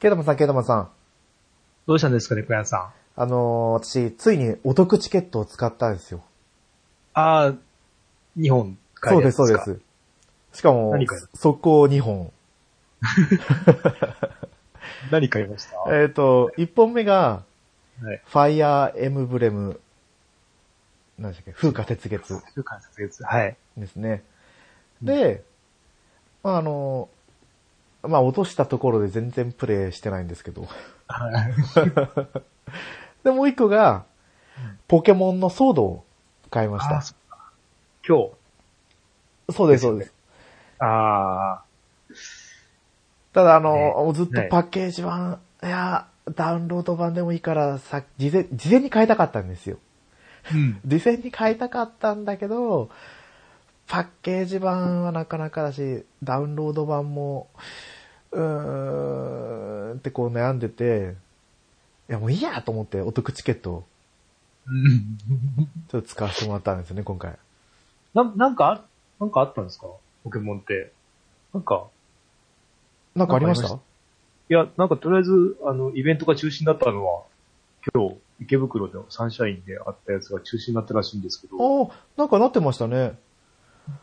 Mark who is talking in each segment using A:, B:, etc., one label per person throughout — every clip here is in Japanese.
A: ケイタマンさん、ケイタマンさん。
B: どうしたんですかね、小屋さん。
A: あのー私、ついにお得チケットを使ったんですよ。
B: ああ、日本帰
A: そう
B: る
A: で
B: や
A: す、
B: つ
A: そうで
B: か。
A: す。しかも
B: 何買えた、
A: 速攻2本。
B: 何買いました
A: えっ、と、1本目が、
B: はい。
A: ファイアーエムブレム、何でしたっけ、風化雪月
B: 週間節月。はい。
A: ですね。で、まあ、あのーまあ、落としたところで全然プレイしてないんですけど。
B: はい
A: で、もう1個が、ポケモンのソードを買いまし
B: あー
A: た。
B: そっか今
A: そうです、そうです。
B: 日。ああ、
A: ただあの、
B: ね
A: ずっと
B: はい
A: パッケージ版、い、や、ダウンロード版でもいいから、さ、事前、事前に変えたかったんですよ。
B: うん。
A: 事前に変えたかったんだけど、パッケージ版はなかなかだし、ダウンロード版も、うーんってこう悩んでて、いやもういいやと思ってお得チケットを
B: うん
A: ちょっと使わせてもらったんですよね、今回。
B: な、なんかあ、なんかあったんですかポケモンって。なんか、
A: なんかありまし
B: なんか
A: た
B: いや、なんかとりあえず、あの、イベントが中止になったのは、今日、池袋のサンシャインであったやつが中止になったらしいんですけど、
A: おなんかなってましたね。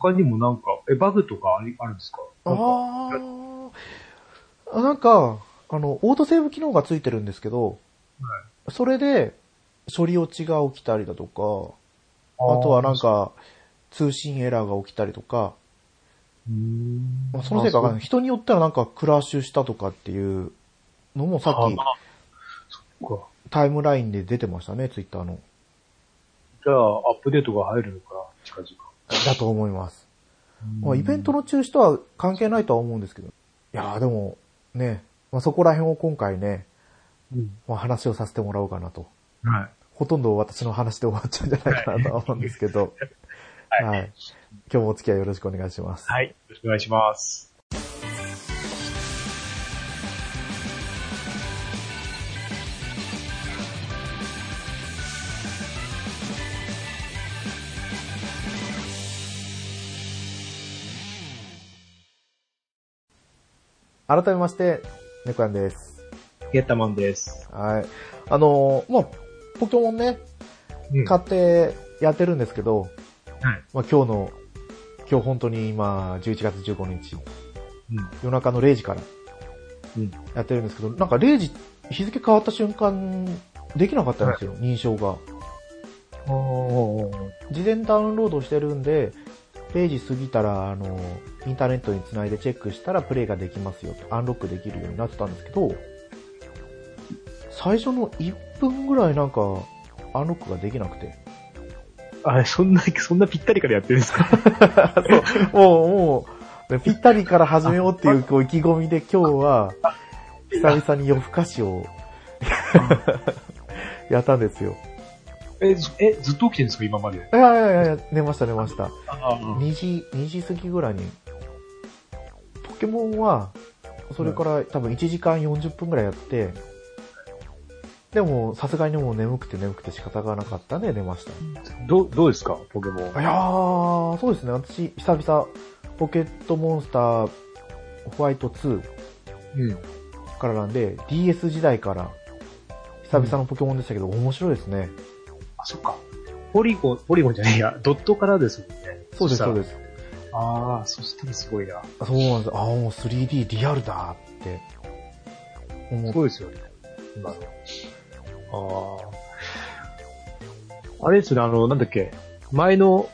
B: 他にもなんか、え、バグとかありあるんですかなんか
A: ああ。なんか、あの、オートセーブ機能がついてるんですけど、それで処理落ちが起きたりだとか、あとはなん、か通信エラーが起きたりとか、
B: うーん
A: まあ、そのせいかわかんない。
B: あ
A: 人によってはなんかクラッシュしたとかっていうのもさ
B: そう
A: っ
B: あまあそっか。
A: きタイムラインで出てましたね、ツイッターの。
B: じゃあ、アップデートが入るのかな近々。
A: だと思います。まあ、イベントの中止とは関係ないとは思うんですけど。いやーでも、ね、まあ、そこら辺を今回ね、
B: うん、
A: まあ、話をさせてもらおうかなと。
B: はい。
A: ほとんど私の話で終わっちゃうんじゃないかなとは思うんですけど。
B: はい
A: はい。今日もお付き合いよろしくお願いします。
B: はい。よろしくお願いします。
A: 改めまして、猫やんです。
B: ゲッタマンです。
A: はい。あのー、まあ、ポケモンね、
B: うん
A: 買ってやってるんですけど、
B: はい。
A: まあ、今日の、今日本当に今、11月15日、
B: うん。
A: 夜中の0時から
B: うん。
A: やってるんですけど、なんか0時、日付変わった瞬間、できなかったんですよ、認証が。
B: おー。
A: 事前ダウンロードしてるんで、0時過ぎたら、あの、インターネットにつないでチェックしたらプレイができますよと、アンロックできるようになってたんですけど、最初の1分ぐらいなんか、アンロックができなく て。
B: あれ、そんな、そんなぴったりからやってるんですか
A: もう、もう、ぴったりから始めようっていうこう意気込みで今日は、久々に夜更かし をやったんですよ。
B: え、ずえ、ずっと起きてるんですか今まで。
A: いやいやいや、寝ました寝ました。
B: ああ。
A: 2時、2時過ぎぐらいに、ポケモンは、それから多分1時間40分ぐらいやって、でも、さすがにもう眠くて眠くて仕方がなかったんで寝ました。
B: どう、どうですかポケモン。
A: いやー、そうですね。私、久々、ポケットモンスター、ホワイト2
B: うん。
A: からなんで、DS 時代から、久々のポケモンでしたけど、面白いですね。
B: あ、そっか。ポリゴン、ポリゴンじゃねえや。ドットからですもんね。。
A: そうです、そうですす。
B: ああ、そしたらすごいな。
A: そうなんです。あー、もう 3D リアルだーって、思
B: す
A: っ
B: ごいですよね。今の。ああ。あれですね、あの、なんだっけ、前の、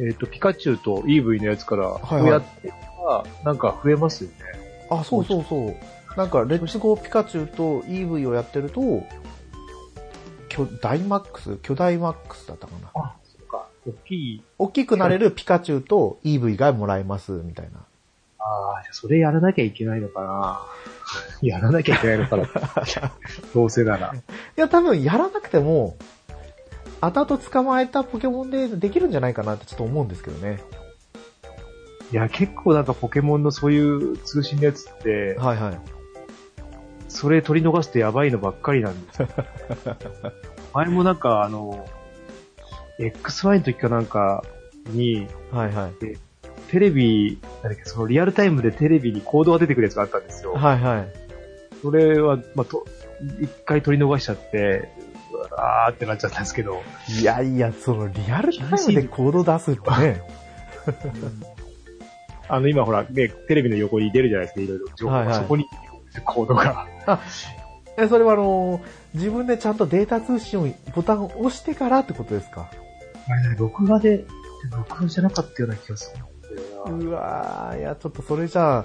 B: えっ、と、ピカチュウとイーブイのやつから、
A: いはい
B: こうやっては、なんか増えますよね。
A: あ、そうそうそう。なんか、レッツゴーピカチュウと EV をやってると、巨大マックス、巨大マックスだったかな。
B: あ、そうか。大きい。
A: 大きくなれるピカチュウと EV がもらえます、みたいな。
B: ああ、じゃあそれやらなきゃいけないのかな。 やらなきゃいけないのか な。どうせなら。
A: いや、多分やらなくても、後々捕まえたポケモンでできるんじゃないかなってちょっと思うんですけどね。
B: いや、結構なんかポケモンのそういう通信のやつって、
A: はいはい。
B: それ取り逃すとやばいのばっかりなん ですよ。前もなんか、あの、XY の時かなんかに、
A: はいはい。
B: テレビ、なんだっけ、そのリアルタイムでテレビに行動が出てくるやつがあったんですよ。
A: はいはい。
B: それは、まあ、と、一回取り逃しちゃって、うわーってなっちゃったんですけど、
A: いやいや、そのリアルタイムで行動出すってね。
B: あの、今ほら、ね、テレビの横に出るじゃないですか、いろいろ情報が。
A: はいはい
B: そこに、コードが。
A: え、それはあのー自分でちゃんとデータ通信をボタンを押してからってことですか
B: あれね、録画で、録画じゃなかったような気がするん
A: う
B: だよ
A: わー、いや、ちょっとそれじゃあ、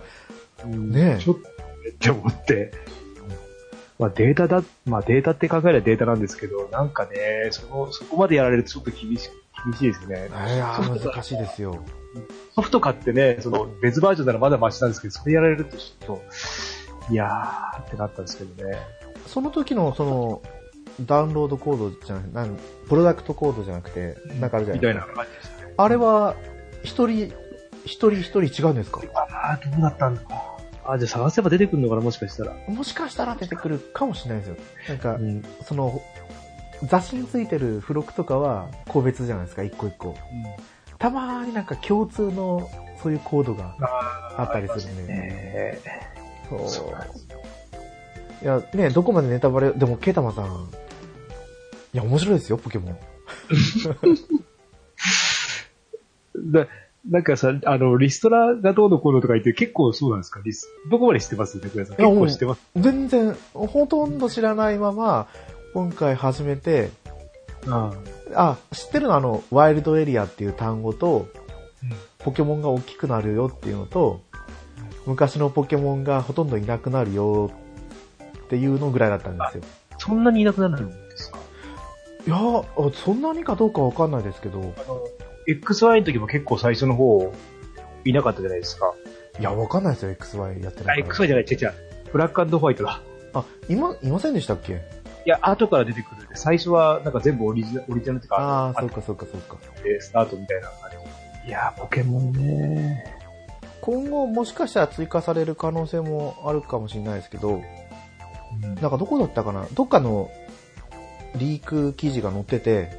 B: な。うん
A: ねえ
B: ちょっと、って思って。まあデータだ、まあデータって考えればデータなんですけど、なんかね、その、そこまでやられるとちょっと厳し、厳しいですね
A: い。やー、難しいですよ。
B: ソフト買ってね、その別バージョンならまだマシなんですけど、それやられるとちょっと、いやーってなったんですけどね。
A: その時の、その、ダウンロードコードじゃななんプロダクトコードじゃなくて、なんかあるじゃな
B: み
A: いです
B: た
A: か。
B: いな感じでしたね。
A: あれは、一人、一人一人違うんですか
B: あー、どうだったんだあー、じゃあ探せば出てくるのかな、もしかしたら。
A: もしかしたら出てくるかもしれないですよ。なんか
B: う、ん。
A: その、雑誌についてる付録とかは個別じゃないですか、一個一個。たまーになんか共通のそういうコードがあったりするんで。
B: え
A: そ
B: ー、
A: う
B: そうなんですよ。
A: いや、ね、どこまでネタバレ、でも、ケータマさん。いや、面白いですよ、ポケモン。
B: ななんかさ、あの、リストラがどうのこうのとか言って結構そうなんですかリスどこまで知ってますね、さ
A: い
B: ん。
A: や
B: 結構知ってます。
A: 全然、ほとんど知らないまま、今回始めて、
B: あ
A: あ、知ってるのあの、ワイルドエリアっていう単語と、
B: うん
A: ポケモンが大きくなるよっていうのと、昔のポケモンがほとんどいなくなるよっていうのぐらいだったんですよ。
B: そんなにいなくなるんですか
A: いやーあそんなにかどうかわかんないですけど、
B: あの、XY の時も結構最初の方、いなかったじゃないですか。
A: いや、わかんないですよ、XY やって
B: あ、
A: ないから。
B: XY じゃない、違う違う。ブラックホワイトだ。
A: あ、今、いませんでしたっけ
B: いや、後から出てくるんで、最初はなんか全部オリジナル、オリジナルとか
A: あ、あー、そうかそうかそうか。
B: で、スタートみたいな感じ。いやー、ポケモンね
A: 今後もしかしたら追加される可能性もあるかもしれないですけど、
B: うん
A: なんかどこだったかなどっかのリーク記事が載ってて、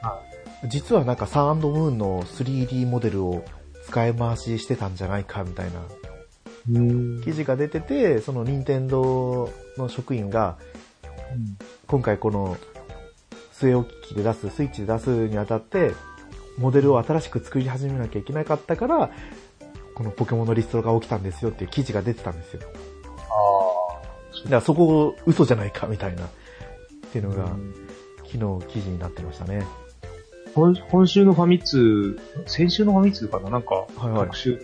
B: は
A: 実はなんかサンムーンの 3D モデルを使い回ししてたんじゃないかみたいな
B: うん。
A: 記事が出てて、その任天堂の職員が今回この末置き機で出す、スイッチで出すにあたって、モデルを新しく作り始めなきゃいけなかったから、このポケモンのリストが起きたんですよっていう記事が出てたんですよ。
B: あ
A: だからそこを嘘じゃないかみたいな、っていうのが
B: あ。
A: 昨日記事になってましたね。
B: 今今週のファミ通、先週のファミ通かななんか、
A: いはい
B: 特集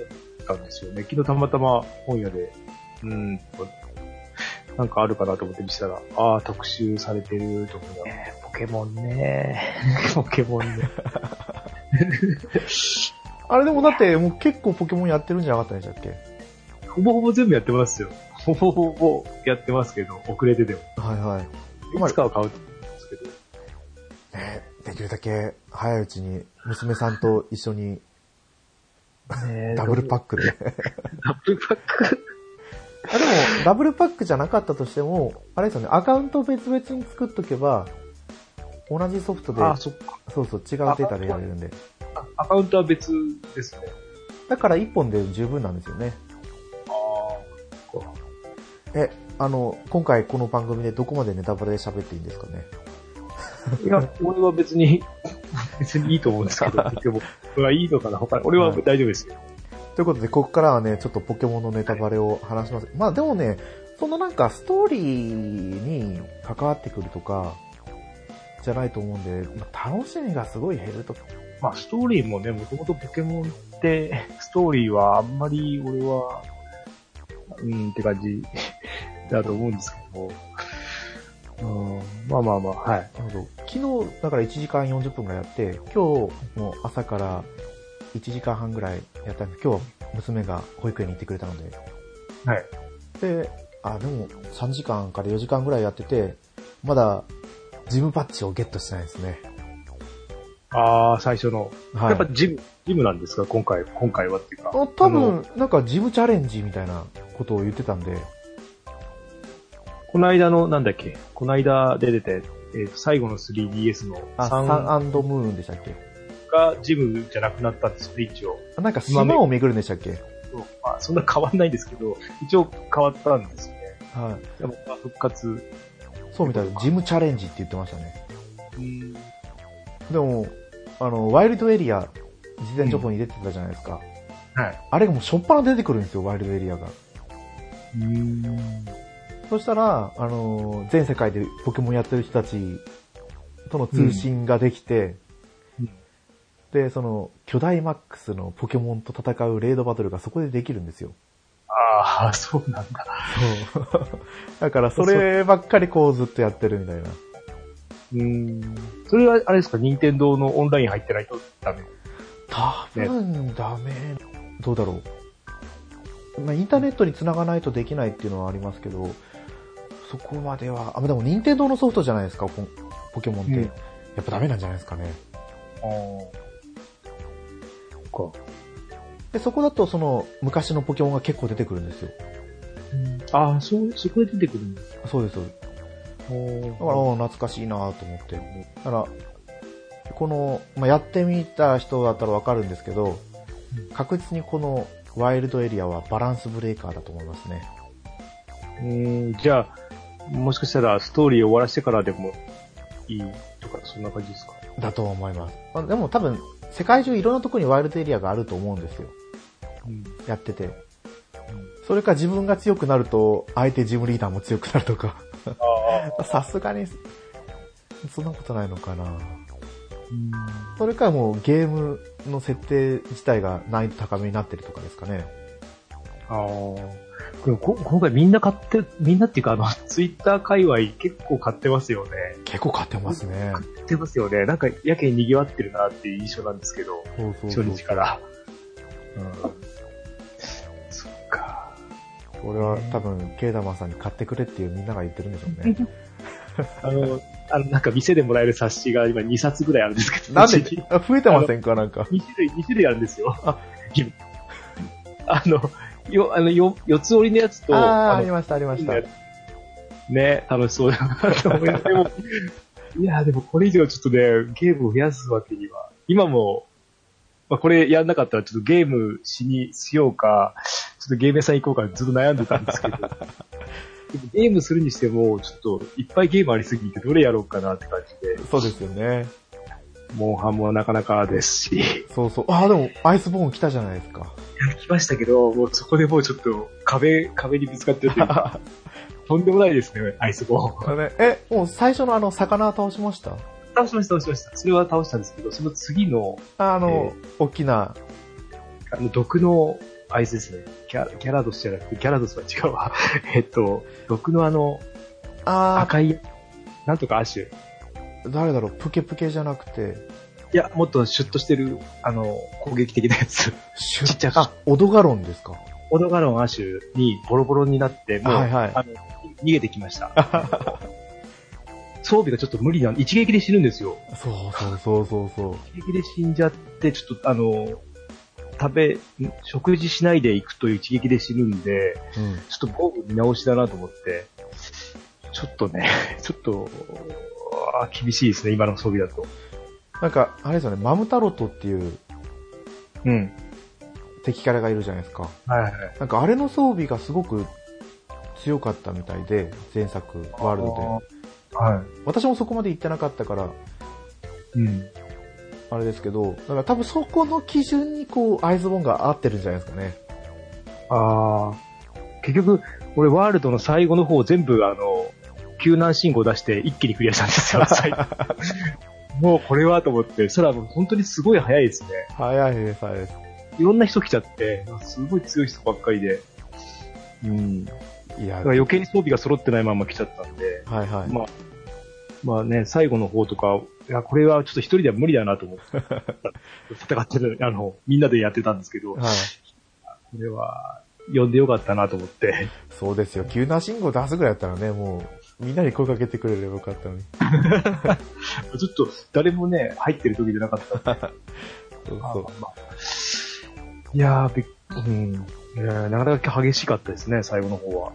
B: だったんですよね。昨日たまたま本屋で、うーんと、なんかあるかなと思って見てたら、ああ、特集されてるとこだ。ポケモンね ポケモンね。
A: あれでもだってもう結構ポケモンやってるんじゃなかったんでしたっけ
B: ほぼほぼ全部やってますよ。ほぼほぼやってますけど、遅れてでも。
A: はいはい。
B: いつかは買うと思うんですけど。
A: ね、できるだけ早いうちに娘さんと一緒にダブルパッ
B: ク。
A: クで。
B: ダブルパック。
A: あでも、ダブルパックじゃなかったとしても、あれですよね、アカウントを別々に作っとけば、同じソフトで、
B: ああ、そっか。
A: そうそう、違うデータでやれるんで。
B: アカウントは別ですね。
A: だから1本で十分なんですよね。
B: ああ、そっか。
A: え、あの、今回この番組でどこまでネタバレで喋っていいんですかね。
B: いや、俺は別に、 別にいいと思うんです けど、でも、俺はいいのかな他俺は大丈夫ですよ。
A: ということで、ここからはね、ちょっとポケモンのネタバレを話します。まあでもね、そのなんかストーリーに関わってくるとか、じゃないと思うんで、まあ楽しみがすごい減ると。
B: まあ、ストーリーもね、もともとポケモンって、ストーリーはあんまり俺は、うんって感じ だと思うんですけど、うん、まあまあまあ、はい。
A: なるほど昨日、だから1時間40分くらいやって、今日も朝から1時間半ぐらいやったんです今日、娘が保育園に行ってくれたので。
B: はい。
A: で、あ、でも3時間から4時間ぐらいやってて、まだジムパッチをゲットしてないですね。
B: ああ、最初の。
A: はい。
B: やっぱジム、ジムなんですか今回、今回はっていうか。
A: あ多分、なんかジムチャレンジみたいなことを言ってたんで、
B: この間の、なんだっけ、この間で出て、えーと最後の 3DS の
A: あ、サン
B: 3
A: ムーンでしたっけ
B: がジムじゃなくなったんです、スイッチを。
A: あなんか島を巡るんでしたっけ
B: まあ、そんな変わんないんですけど、一応変わったんですよね。
A: はい。
B: やっぱ復活。
A: そうみたいです。ジムチャレンジって言ってましたね。
B: うん。
A: でも、あの、ワイルドエリア、事前情報に出てたじゃないですか。
B: はい。
A: あれがもうしょっぱな出てくるんですよ、ワイルドエリアが。
B: うん。
A: そしたら、あのー全世界でポケモンやってる人たちとの通信ができて、
B: うん
A: で、その、巨大マックスのポケモンと戦うレードバトルがそこでできるんですよ。
B: ああ、そうなんだ。
A: だから、そればっかりこうずっとやってるみたいな。
B: うん。それは、あれですか、任天堂のオンライン入ってないとダメ。
A: 多分ダメ。どうだろう。まあ、インターネットに繋がないとできないっていうのはありますけど、そこまでは、あ、でも任天堂のソフトじゃないですか、ポポケモンって。
B: うん
A: やっぱダメなんじゃないですかね。
B: ああ。そっか。
A: で、そこだとその昔のポケモンが結構出てくるんですよ。
B: ああ、そう、そこで出てくるんだ。
A: そうです、そうです。だから、
B: お
A: おー懐かしいなぁと思って。だから、この、まあ、やってみた人だったらわかるんですけど
B: うん、
A: 確実にこのワイルドエリアはバランスブレーカーだと思いますね。
B: うん、じゃあ、もしかしたらストーリー終わらせてからでもいいとか、そんな感じですか
A: だと思います。まあでも多分、世界中いろんなとこにワイルドエリアがあると思うんですよ。
B: うん。
A: やってて。それか自分が強くなると、相手ジムリーダーも強くなるとか。
B: ああ。
A: さすがに、そんなことないのかな
B: うん。
A: それかもうゲームの設定自体が難易度高めになってるとかですかね。
B: ああ。でもこ今回みんな買って、みんなっていうかあの、 ツイッター界隈結構買ってますよね。
A: 結構買ってますね。
B: 買ってますよね。なんかやけに賑わってるなっていう印象なんですけど、
A: そうそうそ
B: 初
A: う。
B: 日から。うん。そっか。
A: これは多分、ケイダマンさんに買ってくれっていうみんなが言ってるんでしょうね。
B: あの、あの、なんか店でもらえる冊子が今2冊ぐらいあるんですけど、
A: なんで
B: うちに、
A: あ増えてませんかなんか。
B: 二種類、二種類あるんですよ。
A: あ
B: あの、よ、あの、よ、四つ折りのやつと、
A: ああ、あ
B: の
A: りました、ありました。
B: いいねね、楽しそうだなと思います。でも、 いや、でもこれ以上ちょっとね、ゲームを増やすわけには、今も、まあ、これやんなかったらちょっとゲームしに、しようか、ちょっとゲーム屋さん行こうかずっと悩んでたんです けど、でもゲームするにしても、ちょっといっぱいゲームありすぎてどれやろうかなって感じで、
A: そうですよね。
B: モンハンもなかなかですし、
A: そうそう。ああ、でも、アイスボーン来たじゃないです か。
B: 来ましたけど、もうそこでもうちょっと壁、壁にぶつかってると いうかとんでもないですね、アイスボーン。
A: あれえ、もう最初のあの、魚倒しました
B: 倒しました、倒しました。それは倒したんですけど、その次の、
A: あの、大きな、
B: あの、毒の、あいつですね。ギャギャラドスじゃなくて、ギャラドスは違うわ。 えっと、毒のあの、
A: あ
B: 赤い、なんとかアシュ。
A: あ、誰だろう、プケプケじゃなくて、
B: いや、もっとシュッとしてる、あの、攻撃的なやつ。
A: シ
B: ちっちゃい
A: あ、オドガロンですか。
B: オドガロンアシュにボロボロになって、もう、
A: はいはい
B: あの、逃げてきました。 装備がちょっと無理なの。一撃で死ぬんですよ。
A: そうそうそうそうそう。
B: 一撃で死んじゃって、ちょっとあの、食べ、ん食事しないで行くという一撃で死ぬんで、
A: うん。
B: ちょっと防具見直しだなと思って、ちょっとね、 ちょっと、あー厳しいですね、今の装備だと。
A: なんか、あれですよね、マムタロットっていう
B: うん。
A: 敵キャラがいるじゃないですか。
B: はいはいはい。
A: なんか、あれの装備がすごく強かったみたいで、前作、ワールド
B: で。は
A: で。私もそこまで行ってなかったから、
B: い。うん。
A: あれですけど、だから多分そこの基準にこう、アイズボーンが合ってるんじゃないですかね。
B: あー結局、俺ワールドの最後の方全部あの、救難信号出して一気にクリアしたんですよ、 最後もうこれはと思って、そしたらもう本当にすごい早いですね。
A: 早いです、早いです。
B: いろんな人来ちゃって、すごい強い人ばっかりで、うん。だ
A: いや、
B: から
A: はい
B: 余計に装備が揃ってないまま来ちゃったんで、
A: はい。
B: まあ、まあね、最後の方とか、いや、これはちょっと一人では無理だなと 思って、戦ってる、あの、みんなでやってたんですけど、こ
A: はい。
B: れは、呼んでよかったなと 思って、
A: そうですよ。急な信号出すぐらいだったらね、もう、みんなに声かけてくれればよかったのに。
B: ちょっと誰もね、入ってる時じゃなかったんで
A: そう
B: まあ
A: そう。
B: まあいやー、びっうん、えーなかなか激しかったですね、最後の方は。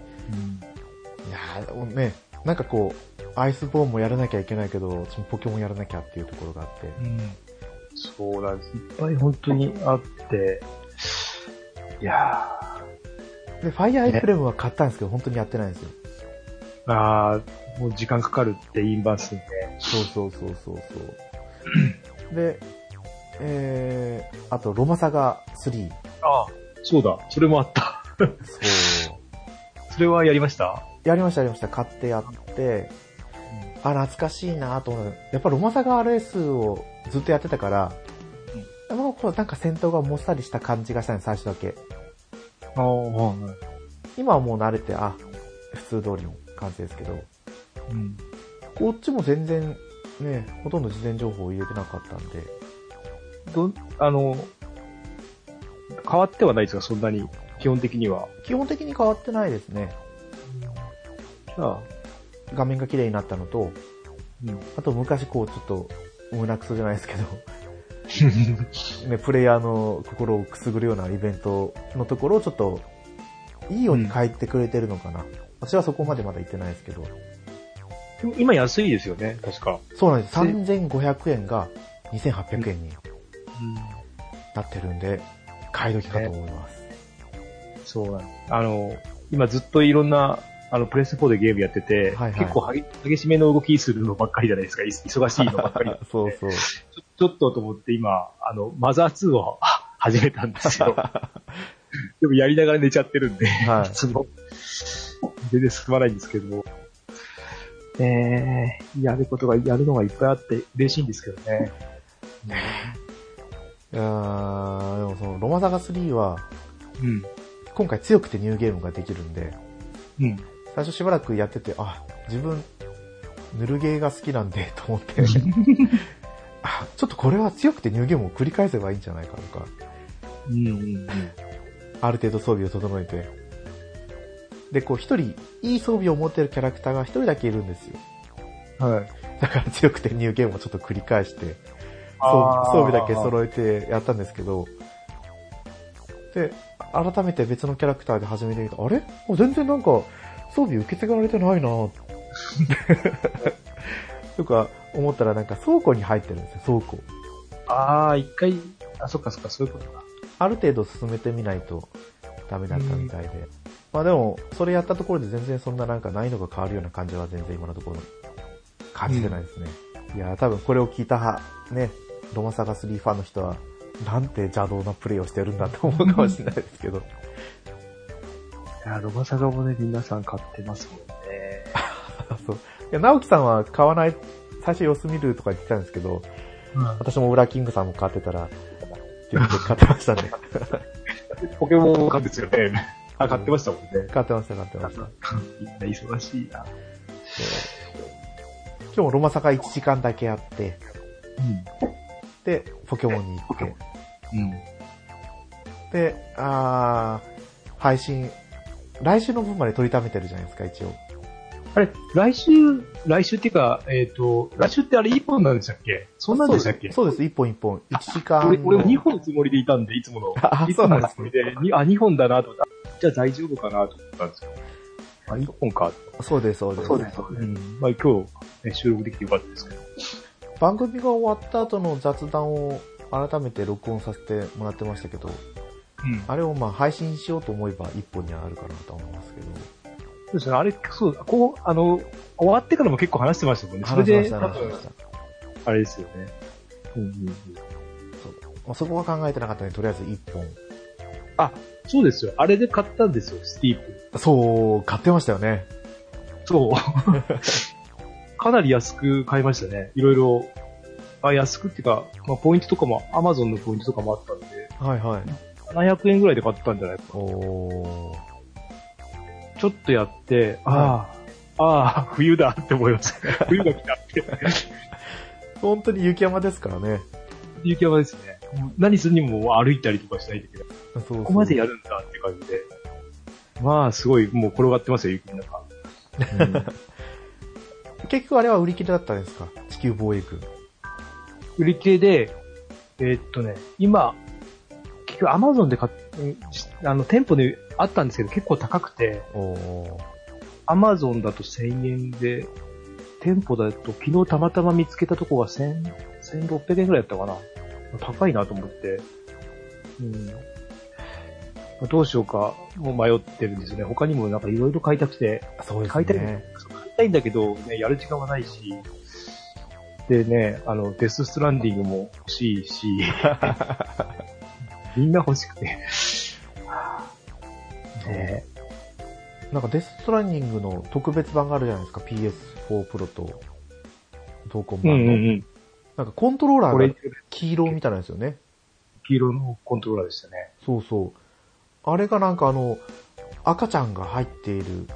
A: いやーでもね、なんかこう、アイスボーンもやらなきゃいけないけど、そのポケモンやらなきゃっていうところがあって。
B: そうなんです。いっぱい本当にあって、いや
A: で、ファイアーエンブレムは買ったんですけど、本当にやってないんですよ。
B: ああ、もう時間かかるってインバウンドするんで。
A: そうそうそうそうそう。で、えー、あと、ロマサガ3。
B: ああ、そうだ。それもあった。
A: そう。
B: それはやりました
A: やりました、やりました。買ってやって、あ、懐かしいなと思った。やっぱロマサガ RS をずっとやってたから、あの頃なんか戦闘がもっさりした感じがしたね、最初だけ。
B: ああ、うん。
A: 今はもう慣れて、あ、普通通りの感じですけど、
B: うん。
A: こっちも全然ね、ほとんど事前情報を入れてなかったんで、
B: ど、あの、変わってはないですが、そんなに、基本的には。
A: 基本的に変わってないですね。
B: じゃあ、
A: 画面が綺麗になったのと、
B: うん。
A: あと昔こうちょっと胸くそじゃないですけど、 ね、プレイヤーの心をくすぐるようなイベントのところをちょっと、いいように変えてくれてるのかな。私はそこまでまだ行ってないですけど。
B: でも今安いですよね、確か。
A: そうなんです。3500円が2800円になってるんで、買い時かと思います。
B: そうなんです。あの、今ずっといろんな、あの、プレステ4でゲームやってて、
A: はいはい
B: 結構激激しめの動きするのばっかりじゃないですか、い忙しいのばっかり。
A: あそうそう。
B: ちょちょっとと思って今、あの、マザー2を あ始めたんです よ。でもやりながら寝ちゃってるんで、
A: はい
B: その、全然進まないんですけど、えー、やることが、やるのがいっぱいあって嬉しいんですけどね。
A: うーん、でもその、ロマサガ3は、
B: うん。
A: 今回強くてニューゲームができるんで、
B: うん。
A: 最初しばらくやってて、あ、自分、ぬるゲーが好きなんで、 と思 って。あ、ちょっとこれは強くてニューゲームを繰り返せばいいんじゃないかとか、
B: うんうん
A: ある程度装備を整えて。で、こう一人、いい装備を持ってるキャラクターが一人だけいるんですよ。
B: うん。はい。
A: だから強くてニューゲームをちょっと繰り返して、
B: あー
A: 装装備だけ揃えてやったんですけど、で、改めて別のキャラクターで始めてみたら、あれあ全然なんか装備受け継がれて ないなぁとか思ったらなんか倉庫に入ってるんですよ、倉庫。
B: ああ、一回、あ、そっかそっか、そういうことか。
A: ある程度進めてみないとダメだったみたいで。まあでも、それやったところで全然そんななんか難易度が変わるような感じは全然今のところ感じてないですね。いやー、多分これを聞いた、ね、ロマサガ3ファンの人は、なんて邪道なプレイをしてるんだと思うかもしれないですけど。
B: いや、ロマサガもね、皆さん買ってますもんね。
A: そう。いや、直樹さんは買わない、最初様子見るとか言ってたんですけど、私もウラキングさんも買ってたら、自分で買ってましたね。
B: ポケモンも買ってますよね。 あ、買ってましたもんね。
A: 買ってました、買ってました。
B: みんな忙しいな。
A: 今日もロマサガ1時間だけやって、
B: う
A: で、ポケモンに行って、
B: ん。うん。
A: で、あー配信、来週の分まで取りためてるじゃないですか、一応。
B: あれ、来週、来週っていうか、えっ、と、来週ってあれ1本なんでしたっけそんなんでしたっけ
A: そうです、一本一本。一時間。
B: 俺、俺も2本のつもりでいたんで、いつもの。
A: あ
B: いつ
A: そうな
B: も
A: ん
B: の
A: で
B: つ
A: す
B: も
A: ね
B: りで、にあ、2本だなと思って、あじゃあ大丈夫かなと思ったんですよ。あ、1本か。
A: そうです、そうです。
B: うん。まあ今日、ね、収録できてよかったですけど。
A: 番組が終わった後の雑談を改めて録音させてもらってましたけど、
B: うん。
A: あれをまあ配信しようと思えば一本にはあるかなと思いますけど。
B: そうですね、あれ、そう、こう、あの、終わってからも結構話してましたもんね。それ
A: 話しま
B: で、
A: した、
B: 多
A: 話し
B: 分
A: ました。
B: あれですよね。うんうんうん。
A: まあそこは考えてなかったので、とりあえず一本。
B: あ、そうですよ。あれで買ったんですよ、スティープ。
A: そう、買ってましたよね。
B: そう。 かなり安く買いましたね。いろいろ。あ、安くっていうか、まあ、ポイントとかも、アマゾンのポイントとかもあったんで、
A: はいはい。
B: 700円ぐらいで買ったんじゃないかな。
A: おー。
B: ちょっとやって、ああ、ああ、冬だって思います。冬が来た って。
A: 本当に雪山ですからね。
B: 雪山ですね。もう何するにも歩いたりとかしないといけない。
A: そうそう
B: ここまでやるんだって感じで。まあ、すごい、もう転がってますよ、雪の中。
A: 結局あれは売り切れだったんですか地球防衛軍。
B: 売り切れで、えーっとね、今、結局 Amazon で買っ、うんしあの、店舗であったんですけど、結構高くて、
A: おー
B: Amazon だと1000円で、店舗だと昨日たまたま見つけたとこが1000 1600円ぐらいだったかな。高いなと思って。うん。まあどうしようか、もう迷ってるんですよね。他にもなんかいろいろ買いたくて、
A: そうですね。
B: 買いたいものたいんだけど、ね、やる時間はないし、でね、あの、デスストランディングも欲しいし、 みんな欲しくて。ね
A: なんかデスストランディングの特別版があるじゃないですか、PS4 Pro と同梱版の。
B: ん。
A: なんかコントローラ
B: こ
A: ー
B: れ
A: が、黄色みたいなんですよね。
B: 黄色のコントローラーでしたね。
A: そうそう。あれがなんかあの、赤ちゃんが入っている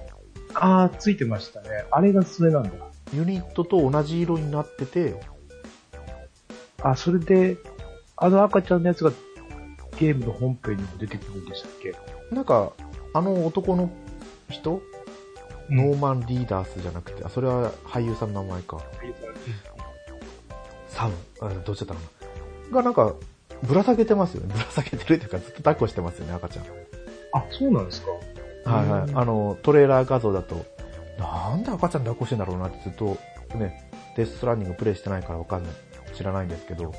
B: ああ、ついてましたね。あれがそれなんだ。
A: ユニットと同じ色になってて、
B: あ、それで、あの赤ちゃんのやつがゲームの本編にも出てくるんでしたっけ
A: なんか、あの男の人、ノ
B: ノ
A: ーマン・リーダースじゃなくて、あ、それは俳優さんの名前か。サム、あどっちだったかな。がなんか、ぶら下げてますよね。ぶら下げてるというか、ずっと抱っこしてますよね、赤ちゃん。
B: あ、そうなんですか
A: はいはい。
B: うん
A: あの、トレーラー画像だと、なんで赤ちゃん抱っこしてんだろうなってずっと、ね、デス・ストランディングプレイしてないからわかんない。知らないんですけど。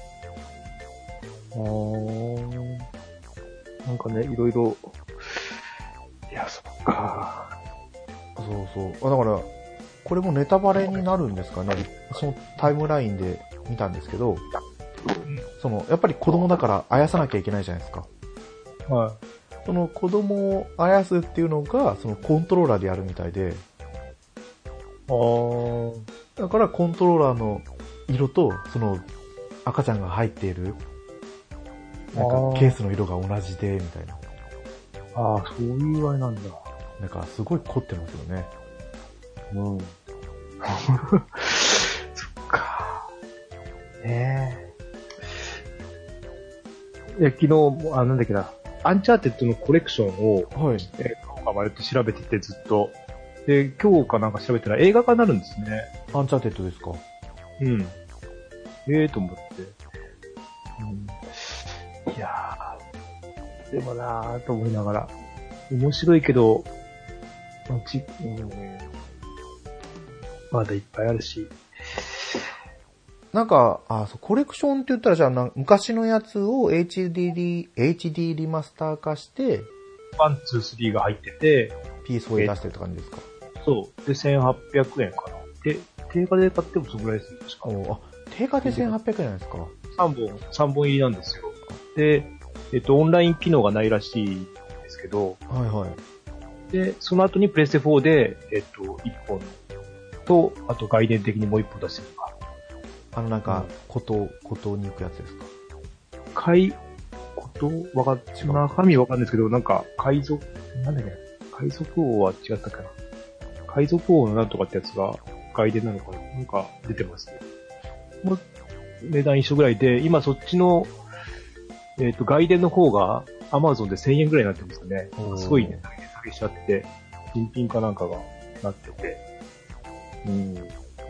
B: あーなんかね、いろいろ。いや、そっか。
A: そうそう。あだから、これもネタバレになるんですかね。そのタイムラインで見たんですけど、その、やっぱり子供だからあやさなきゃいけないじゃないですか。
B: は
A: その子供をあやすっていうのが、そのコントローラーでやるみたいで、
B: い。あー
A: だからコントローラーの色と、その赤ちゃんが入っている、なん
B: あー
A: かケースの色が同じで、みたいな。
B: あー、そういうあれなんだ。
A: なんかすごい凝ってますよね。
B: うん。そっか。ねえ。いや、昨日も、あ、なんだっけな。アンチャーテッドのコレクションを、
A: はい。
B: えー、迷って調べててずっと。で、今日かなんか調べたら映画化になるんですね。
A: アンチャーテッドですか。
B: うん。ええと思って。うん、いやー、でもなーと思いながら。面白いけど、まあちうんまだいっぱいあるし。
A: なんか、あ、そう、コレクションって言ったらじゃあな、昔のやつを HD、HD リマスター化して、
B: ワン、ツー、スリーが入ってて、
A: PS4 で出してるって感じですか。
B: そう。で、1800円かな。で、定価で買ってもそのぐらいですね。確か
A: おあ、定価で1800円なんですか。
B: 3本、三本入りなんですよ。で、えっと、オンライン機能がないらしいんですけど、
A: はいはい。
B: で、その後にプレステ4で、えっと、1本と、あと概念的にもう1本出してるのか。
A: あのなん
B: う
A: か
B: ん、
A: こと、ことに行くやつですか。
B: 解、ことわか
A: う
B: 中身わかんないですけど、なんか、海賊、なんだっけな、海賊王は違ったかな。海賊王のなんとかってやつが外伝なのかななんか出てますね。もう、値段一緒ぐらいで、今そっちの、えっ、と、外伝の方が Amazon で1000円ぐらいになってますね。すごいね、下げしちゃって、新品かなんかがなってて。うん。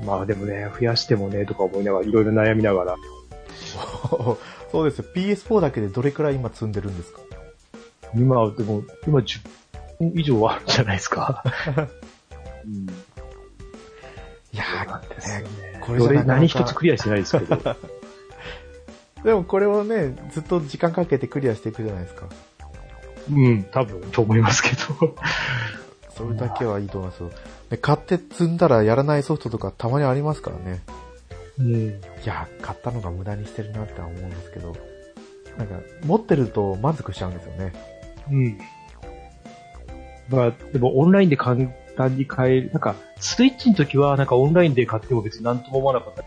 B: まあでもね、増やしてもね、とか思いながら、いろいろ悩みながら。
A: そうですよ。PS4 だけでどれくらい今積んでるんですか
B: 今はでも、今10本以上はあるんじゃないですか。うん。
A: いや
B: そうなんですよね。
A: こ
B: こ
A: れじゃな
B: れ
A: かなか
B: 何一つクリアしてないですけど。
A: ーでもこれをね、ずっと時間かけてクリアしていくじゃないですか。
B: うん、多分、と思いますけど。
A: それだけはいいと思いますよ。で買って積んだらやらないソフトとかたまにありますからね。
B: うん。
A: いや、買ったのが無駄にしてるなって思うんですけど、なんか、持ってると満足しちゃうんですよね。
B: うん。まあ、でもオンラインで簡単に買える。なんか、スイッチの時は、なんかオンラインで買っても別になんとも思わなかった。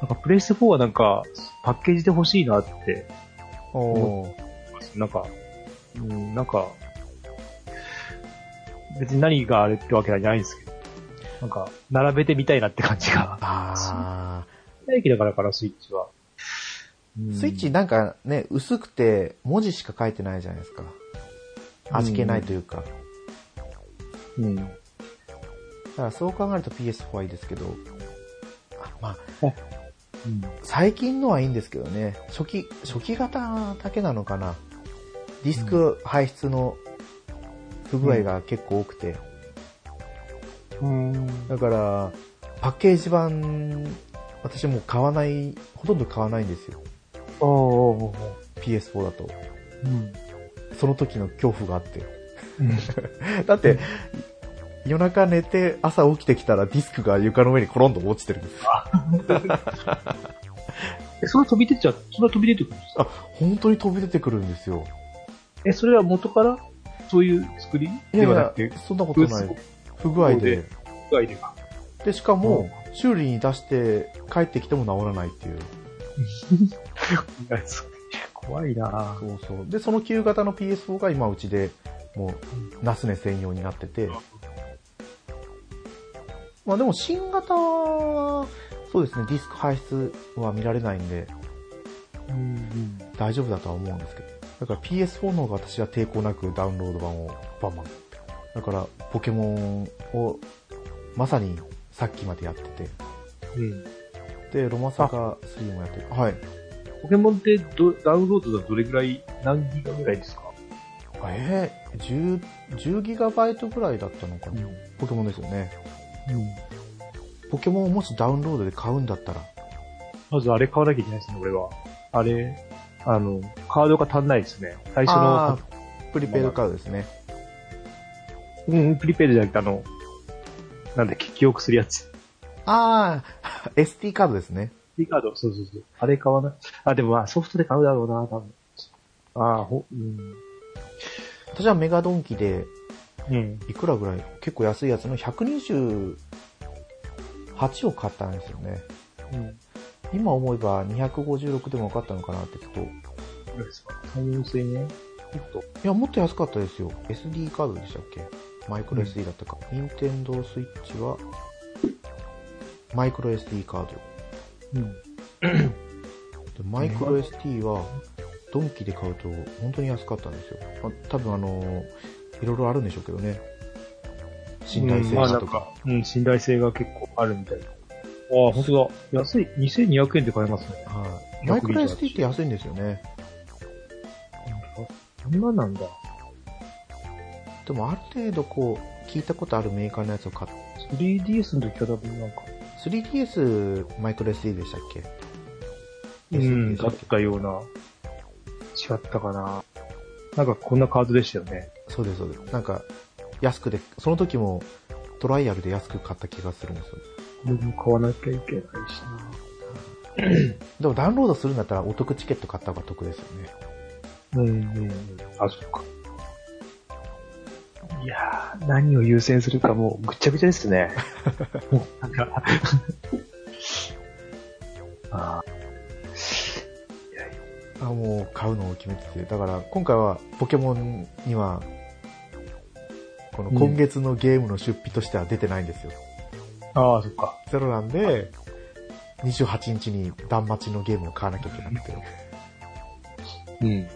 B: なんか、プレイステ4はなんか、パッケージで欲しいなって、おなんか、うん、なんか、別に何があれってわけじゃないんですけど、なんか、並べてみたいなって感じが。
A: あ
B: 大気だからから、 スイッチは。うん
A: ー。スイッチなんかね、薄くて文字しか書いてないじゃないですか。味気ないというか。
B: うん。
A: だからそう考えると PS4 はいいですけど、あまあ、
B: うん
A: 最近のはいいんですけどね、初期、初期型だけなのかな。ディスク排出の不具合が結構多くて、
B: うん。
A: だから、パッケージ版、私もう買わない、ほとんど買わないんですよ。
B: ああ、
A: PS4 だと。
B: うん。
A: その時の恐怖があって。
B: うん
A: だって、夜中寝て朝起きてきたらディスクが床の上にコロンと落ちてるんです。
B: え、それは飛び出ちゃう、それは飛び出てくるんですか
A: あ、本当に飛び出てくるんですよ。
B: え、それは元からそういう作り
A: いや
B: で
A: い
B: はな
A: や
B: くて、、
A: そんなことない。不具合で。
B: 具合では。
A: で、しかも、修理に出して帰ってきても治らないっていう。
B: 怖いな
A: そうそう。で、その旧型の PS4 が今うちで、もう、ナスネ専用になってて。まあでも新型は、そうですね、ディスク排出は見られないんで、
B: うん。
A: 大丈夫だとは思うんですけど。だから PS4 の方が私は抵抗なくダウンロード版をバンバン。だから、ポケモンを、まさにさっきまでやってて。
B: うん。
A: で、ロマサガ3もやってる。はい。
B: ポケモンってどダウンロードだとどれぐらい、何ギガぐらいですか
A: えー、10、10ギガバイトぐらいだったのかな、ポケモンですよね。ポケモンをもしダウンロードで買うんだったら、
B: まずあれ買わなきゃいけないですね、俺は。あれ、あの、カードが足んないですね。最初
A: あ
B: の、
A: ープリペイドカードですね。
B: うん、プリペイドじゃなくてあの、なんだっけ、記憶するやつ。
A: あ あ、SD カードですね。
B: D カード、そうそうそう。あれ買わない。あ、でもまあソフトで買うだろうな、多分。ああ、ほ、うん。
A: 私はメガドンキで、
B: うん。
A: いくらぐらい結構安いやつの128を買ったんですよね。
B: うん。
A: 今思えば256でもよかったのかなってちょっと。い
B: 4000円ソフト。
A: や、もっと安かったですよ。SD カードでしたっけマイクロ SD だったか。任天堂スイッチは、マイクロ SD カード。
B: うん。
A: でマイクロ SD はドンキで買うと本当に安かったんですよ。まあ多分あの、いろいろあるんでしょうけどね。信頼性
B: うんまあな
A: と
B: ん
A: か。
B: か、うん、信頼性が結構あるみたいな。ああ、本当だ。安い。2200円で買えますね。
A: はいマイクロ SD って安いんですよね。
B: そんななんだ。
A: でもある程度こう、聞いたことあるメーカーのやつを買っ
B: 3DS の時は多分なんか、
A: て、3DS マイクロ SD でしたっけ
B: うん、
A: SD
B: だったような。違ったかな。なんかこんなカードでしたよね。
A: そうです、そうです。なんか、安くで、その時もトライアルで安く買った気がするんですよ。
B: これも買わなきゃいけないしな。
A: でもダウンロードするんだったらお得チケット買った方が得ですよね。
B: うんうん。あ、そっか。いやー、何を優先するかもうぐっちゃぐちゃです ね。もうなんかあ
A: あ、もう買うのを決めてて。だから今回はポケモンには、この今月のゲームの出費としては出てないんですよ。
B: ーあー、そっか。
A: ゼロなんで、28日に断末のゲームを買わなきゃいけなくて。
B: うん。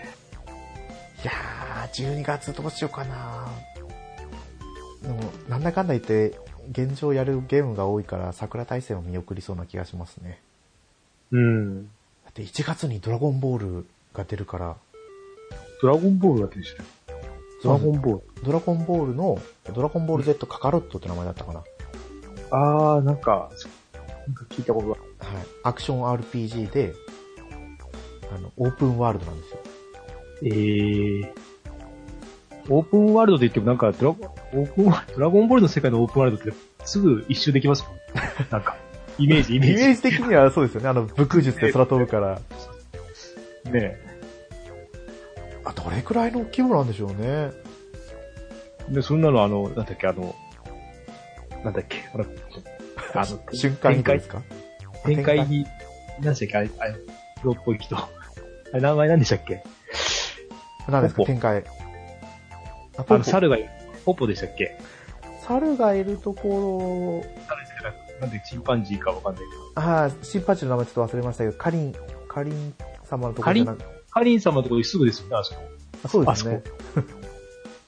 A: いやー、12月どうしようかなでも、なんだかんだ言って、現状やるゲームが多いから、桜大戦を見送りそうな気がしますね。
B: うん。
A: だって1月にドラゴンボールが出るから、
B: ドラゴンボールだってしてる。ドラゴンボール。
A: ドラゴンボールの、ドラゴンボール Z カカロットって名前だったかな。はい。
B: あー、なんか、なんか聞いたことが。
A: アクション RPG で、あの、オープンワールドなんですよ。
B: えー。オープンワールドで言ってもなんかドラゴン、オープンワールド、ドラゴンボールの世界のオープンワールドってすぐ一周できます もん。なんか、イメージ、イ
A: イ
B: メージ。
A: メージ的にはそうですよね。あの、武空術で空飛ぶから。
B: ね
A: あ、どれくらいの規模なんでしょうね。、
B: で、そんなのあの、なんだっけ、あの、なんだっけ、ほら、あの
A: 瞬間移動ですか
B: 展開に、なんでしたっけ、あれ、あれ、黒っぽい人。あれ、名前なんでしたっけ
A: 何ですか
B: ポポ
A: 展開。あ
B: あ
A: ポ
B: の、
A: ポ
B: 猿がいる、ポポでしたっけ
A: 猿がいるとこ
B: 猿じゃなくて、なんでチンパンジーかわかんないけど。
A: ろ、あー、新パンチの名前ちょっと忘れましたけど、カリン、カリン様のところじゃなく
B: カリン様のところすぐですよね、あそこ。
A: あそうですね。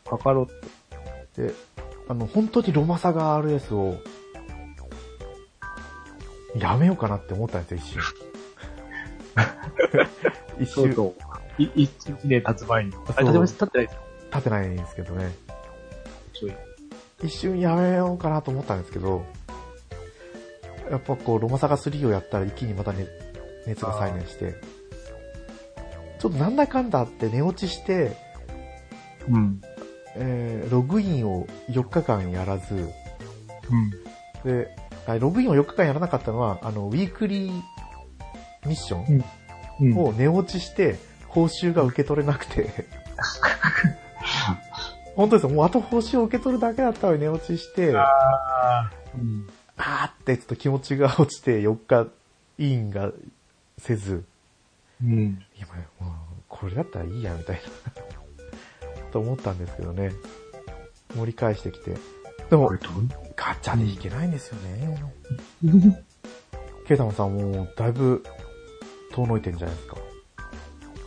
B: カカロット。
A: で、あの、本当にロマサガ RS を、やめようかなって思ったんですよ、 一瞬。一瞬、
B: そう。い、い一年経つ前に。あ
A: そう
B: れ、立てます、立ってないで
A: 立てないんですけどね。
B: すよ。
A: 一瞬やめようかなと思ったんですけど、やっぱこう、ロマサガ3をやったら一気にまた、ね、熱が再燃して、ちょっとなんだかんだあって寝落ちして、
B: うん。
A: えーログインを4日間やらず、
B: うん。
A: で、あログインを4日間やらなかったのは、あの、ウィークリーミッショ
B: うん
A: ンを寝落ちして、報酬が受け取れなくて。本当ですよ。もうあと報酬を受け取るだけだったのに寝落ちして、あ
B: あーうん。
A: ーってちょっと気持ちが落ちて4日委員がせず、
B: うん。
A: 今、もうこれだったらいいや、みたいな。 と思ったんですけどね。盛り返してきて。でも
B: これ、どう
A: ガチャで引けないんですよね。ケイタマンさんもうだいぶ遠のいてんじゃないですか。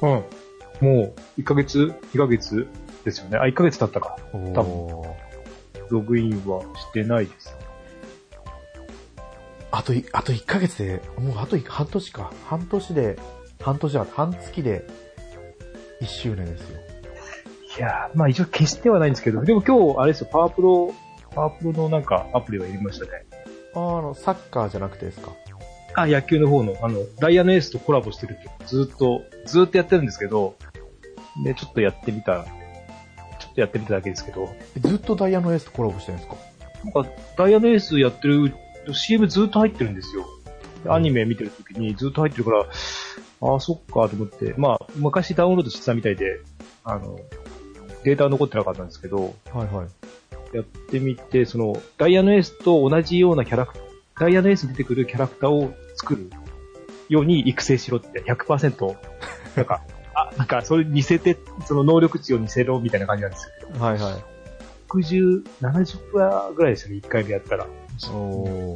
B: うん。もう、1ヶ月 ?2 ヶ月ですよね。あ、1ヶ月経ったか。多
A: 分。
B: ログインはしてないです。
A: あとい、あと1ヶ月で、もうあとい半年か。半年で、半年じゃなくて半月で1周年ですよ。
B: いやーまあ一応消してはないんですけど、でも今日、あれですよ、パワープロ、パワープロのなんかアプリは入れましたね。
A: あーあの、サッカーじゃなくてですか。
B: あ、野球の方の、あの、ダイヤのエースとコラボしてるって、ずっと、ずっとやってるんですけど、で、ちょっとやってみた、ちょっとやってみただけですけど、
A: えずっとダイヤのエースとコラボしてるんですか
B: なんか、ダイヤのエースやってる、CM ずっと入ってるんですよ。でアニメ見てる時にずっと入ってるから、ああ、そっかと思って、まあ、昔ダウンロードしてたみたいで、あの、データは残ってなかったんですけど、
A: はいはい。
B: やってみて、その、ダイヤのエースと同じようなキャラクター、ダイヤのエースに出てくるキャラクターを作るように育成しろって、100%、なんか、あ、なんか、それ似せて、その能力値を似せろみたいな感じなんですよ。
A: はいはい。
B: 60、70%ぐらいですよね、1回目やったら。
A: おー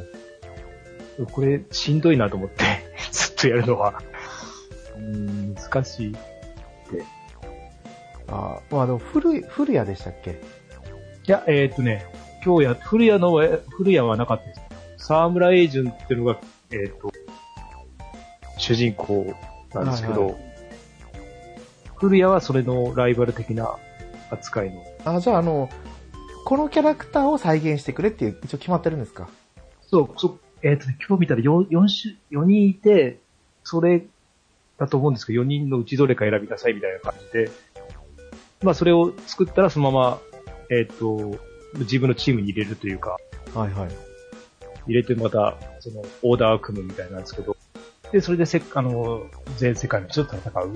B: これ、しんどいなと思って、 ずっとやるのは。うん、難しい。
A: あーまあでも古い、古谷でしたっけ
B: いや、えーっとね、今日や、古谷の、え古谷はなかったです。沢村エージュンっていうのが、えーっと、主人公なんですけど、
A: はい
B: 古谷はそれのライバル的な扱いの。
A: あーじゃああの、このキャラクターを再現してくれっていう、一応決まってるんですか
B: そう、そう、えーっとね、今日見たら 4, 4種、4人いて、それだと思うんですけど、4人のうちどれか選びなさいみたいな感じで、まあそれを作ったらそのまま、えーっと、自分のチームに入れるというか、
A: はいはい。
B: 入れてまた、その、オーダーを組むみたいなんですけど、で、それでせっ、あの、全世界の人と戦う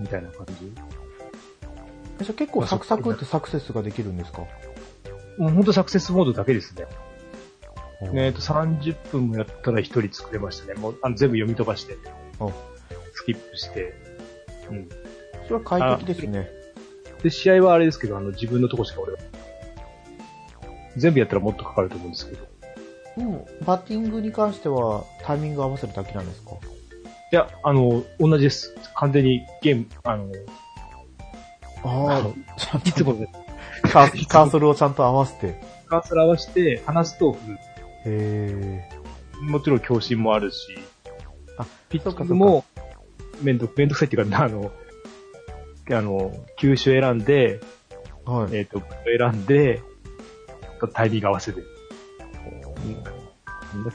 B: みたいな感
A: じ
B: じ。
A: ゃあ結構サクサクってサクセスができるんですか
B: もうほんとサクセスモードだけですね。えっ、と、30分もやったら1人作れましたね。もう、あの、全部読み飛ばして
A: あ。
B: スキップして。うん。
A: それは快適ですね。
B: で、試合はあれですけど、あの、自分のとこしか俺は。全部やったらもっとかかると思うんですけど。い
A: うん、バッティングに関してはタイミング合わせるだけなんですか
B: や、あの、同じです。完全にゲーム、あの、
A: あ
B: あの
A: ちゃん
B: い
A: と
B: つもの
A: カーカーソルをちゃんと合わせて。へ
B: カーソル合わせて、話すと振る
A: え。
B: もちろん強振もあるし、
A: あ
B: ピッチン
A: そ
B: グ
A: うか
B: もめんどく、めんどくさいっていうか、あの、あの、球種選んで、
A: はい。
B: えっ、と、選んで、タイミング合わせて。